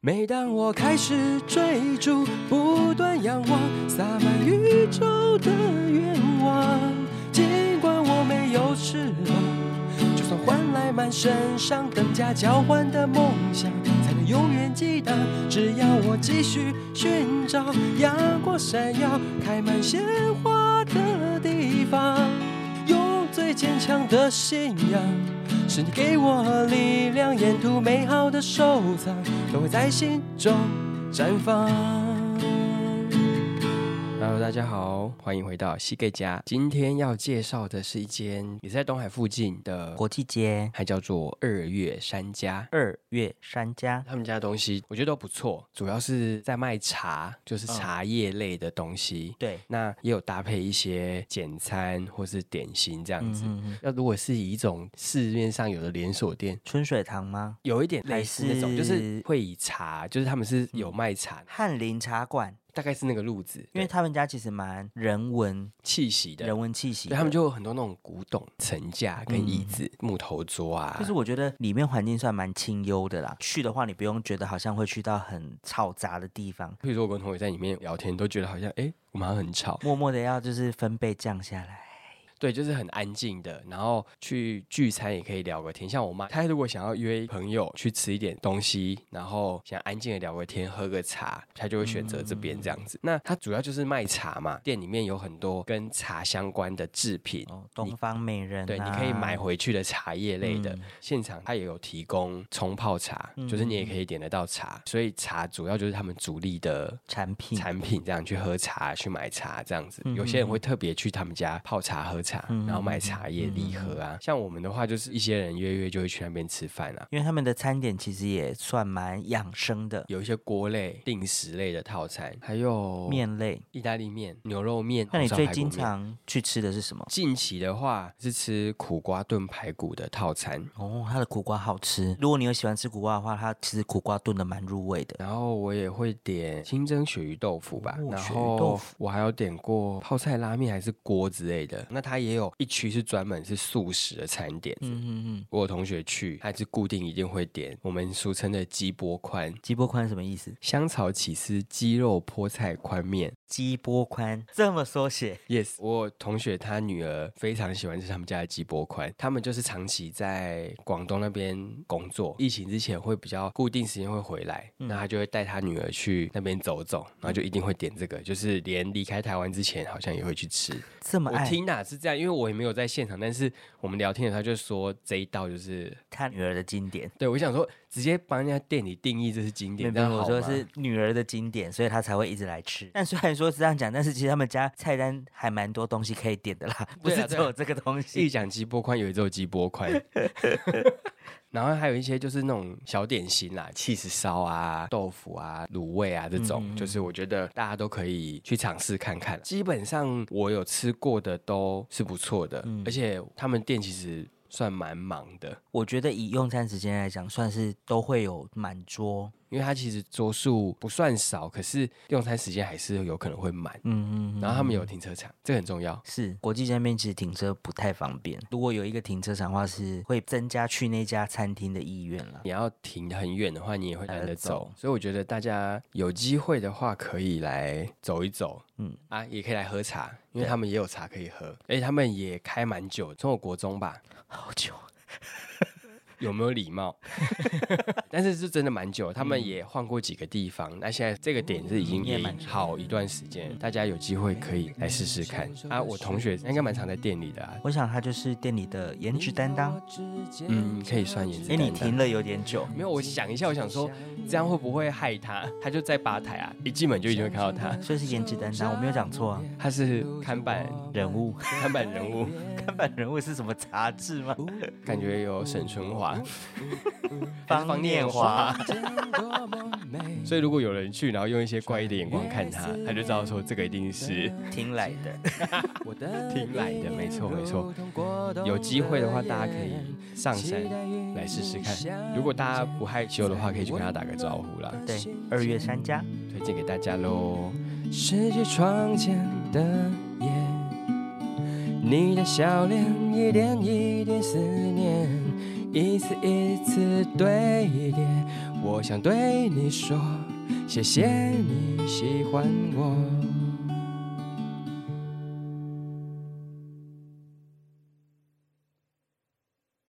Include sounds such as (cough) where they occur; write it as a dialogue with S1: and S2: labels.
S1: 每当我开始追逐，不断仰望，洒满宇宙的愿望。尽管我没有翅膀，就算换来满身上等价交换的梦想，才能永远激荡。只要我继续寻找，阳光闪耀，开满鲜花的地方，用最坚强的信仰。是你给我力量，沿途美好的收藏都会在心中绽放。Hello，大家好，欢迎回到西盖家。今天要介绍的是一间也在东海附近的，
S2: 国际街
S1: 还叫做二月山家。
S2: 二月山家，
S1: 他们家的东西我觉得都不错，主要是在卖茶，就是
S2: 嗯
S1: 茶叶类的东西。
S2: 对，
S1: 那也有搭配一些简餐或是点心这样
S2: 嗯
S1: 子。
S2: 嗯嗯，
S1: 那如果是以一种市面上有的连锁店，
S2: 春水堂吗？
S1: 有一点类
S2: 还
S1: 似那种，就是
S2: 是
S1: 会以茶，就是他们是有卖茶，
S2: 翰林茶馆，
S1: 大概是那个路子，
S2: 因
S1: 对
S2: 为他们家其实蛮人文
S1: 气息的
S2: 人，文气息
S1: 对
S2: 的，
S1: 他们就有很多那种古董层架跟
S2: 嗯
S1: 椅子、木头桌啊，
S2: 就是我觉得里面环境算蛮清幽的啦。去的话，你不用觉得好像会去到很吵杂的地方，
S1: 譬如说我跟同学在里面聊天，都觉得好像哎、诶我们好像很吵，
S2: 默默的要就是分贝降下来。
S1: 对，就是很安静的。然后去聚餐也可以聊个天，像我妈，她如果想要约朋友去吃一点东西，然后想安静的聊个天、喝个茶，她就会选择这边这样子。那它主要就是卖茶嘛，店里面有很多跟茶相关的制品。
S2: 哦，东方美人、啊，嗯
S1: 对，你可以买回去的茶叶类的，现场它也有提供冲泡茶，就是你也可以点得到茶，所以茶主要就是他们主力的
S2: 产品。
S1: 产品，这样去喝茶、去买茶这样子。
S2: 嗯
S1: 有些人会特别去他们家泡茶、喝茶，然后买
S2: 嗯
S1: 茶叶礼盒啊。像我们的话，就是一些人约约就会去那边吃饭啊。
S2: 因为他们的餐点其实也算蛮养生的，
S1: 有一些锅类、定食类的套餐，还有
S2: 面类。
S1: 意大利面、牛肉面。
S2: 那
S1: 红
S2: 你
S1: 烧
S2: 最
S1: 排骨
S2: 经
S1: 面
S2: 常去吃的是什么？
S1: 近期的话是吃苦瓜炖排骨的套餐，
S2: 哦，它的苦瓜好吃。如果你有喜欢吃苦瓜的话，它其实苦瓜炖的蛮入味的。
S1: 然后我也会点清蒸鳕鱼豆腐吧，
S2: 哦
S1: 然
S2: 鳕鱼豆
S1: 后
S2: 腐
S1: 我还有点过泡菜拉面还是锅之类的。那它也有一区是专门是素食的餐点。
S2: 嗯嗯嗯，
S1: 我有同学去，他是固定一定会点我们俗称的鸡波宽、
S2: 鸡波宽什么意思？
S1: 香草起司鸡肉菠菜宽面。
S2: 鸡波宽这么缩写，
S1: Yes，我有同学他女儿非常喜欢吃他们家的鸡波宽，他们就是长期在广东那边工作，疫情之前会比较固定时间会回来，
S2: 嗯
S1: 那他就会带他女儿去那边走走，然后就一定会点这个，就是连离开台湾之前好像也会去吃。
S2: (laughs) 这么
S1: 我
S2: 爱
S1: 听哪是这样，因为我也没有在现场，但是我们聊天的时候他就说这一道就是，
S2: 他女儿的经典。
S1: 对我想说直接帮人家店里定义这是经典，
S2: 没
S1: 这
S2: 有
S1: 样
S2: 没有我
S1: 好
S2: 说
S1: 吗
S2: 是女儿的经典，所以她才会一直来吃。 (laughs) 但虽然说是这样讲，但是其实他们家菜单还蛮多东西可以点的啦，不
S1: 对啊
S2: 是只
S1: 对啊
S2: 有这个东
S1: 一
S2: (laughs) 西。
S1: 讲鸡波宽，有一只有鸡波
S2: (laughs)
S1: 宽。 (laughs) 然后还有一些就是那种小点心啦，气死烧啊、豆腐啊、卤味啊这种，
S2: 嗯
S1: 就是我觉得大家都可以去尝试看看。基本上我有吃过的都是不错的，
S2: 嗯
S1: 而且他们店其实算蛮忙的，
S2: 我觉得以用餐时间来讲，算是都会有满桌。
S1: 因为它其实桌数不算少，可是用餐时间还是有可能会满。
S2: 嗯嗯，
S1: 然后他们有停车场，这个很重要。
S2: 是国际这边其实停车不太方便，如果有一个停车场的话，是会增加去那家餐厅的意愿了。
S1: 你要停得很远的话，你也会
S2: 懒
S1: 懒
S2: 得
S1: 得走
S2: 走。
S1: 所以我觉得大家有机会的话，可以来走一走，嗯
S2: 嗯
S1: 啊，也可以来喝茶，因为他们也有茶可以喝，而且他们也开蛮久，从我国中
S2: (laughs)
S1: 吧，
S2: 好久，
S1: 有没有礼
S2: (laughs)
S1: 貌？但是是真的蛮久，他们也换过几个地
S2: 嗯
S1: 方。那现在这个点是已经
S2: 也
S1: 也
S2: 蛮久
S1: 好一段时
S2: 嗯
S1: 间，大家有机会可以来试试看啊。我同学应该蛮常在店里的、啊，
S2: 我想他就是店里的颜值担当。
S1: 嗯，可以算颜值
S2: 哎，
S1: 担当。
S2: 你停了有点久，
S1: 没有，我想一下，我想说这样会不会害他？他就在吧台啊，一进门就已经会看到他，
S2: 所以是颜值担当，我没有讲错啊。
S1: 他是看板
S2: 人物， (laughs)
S1: 看板人物，
S2: 看板人物是什么杂志吗？
S1: 感觉有沈春华、
S2: 方念华。
S1: 所以如果有人去，然后用一些怪异的眼光看他，他就知道说这个一定是
S2: 听来的。
S1: 听来的，没错没错。有机会的话，大家可以上山来试试看。如果大家不害羞的话，可以去跟他打个招呼啦，
S2: 对，二月山家。
S1: 推荐给大家喽。
S3: 拾起窗前的夜，你的笑脸一点一点思念，一次一次堆叠，
S1: 我想对你说，谢谢你喜欢我。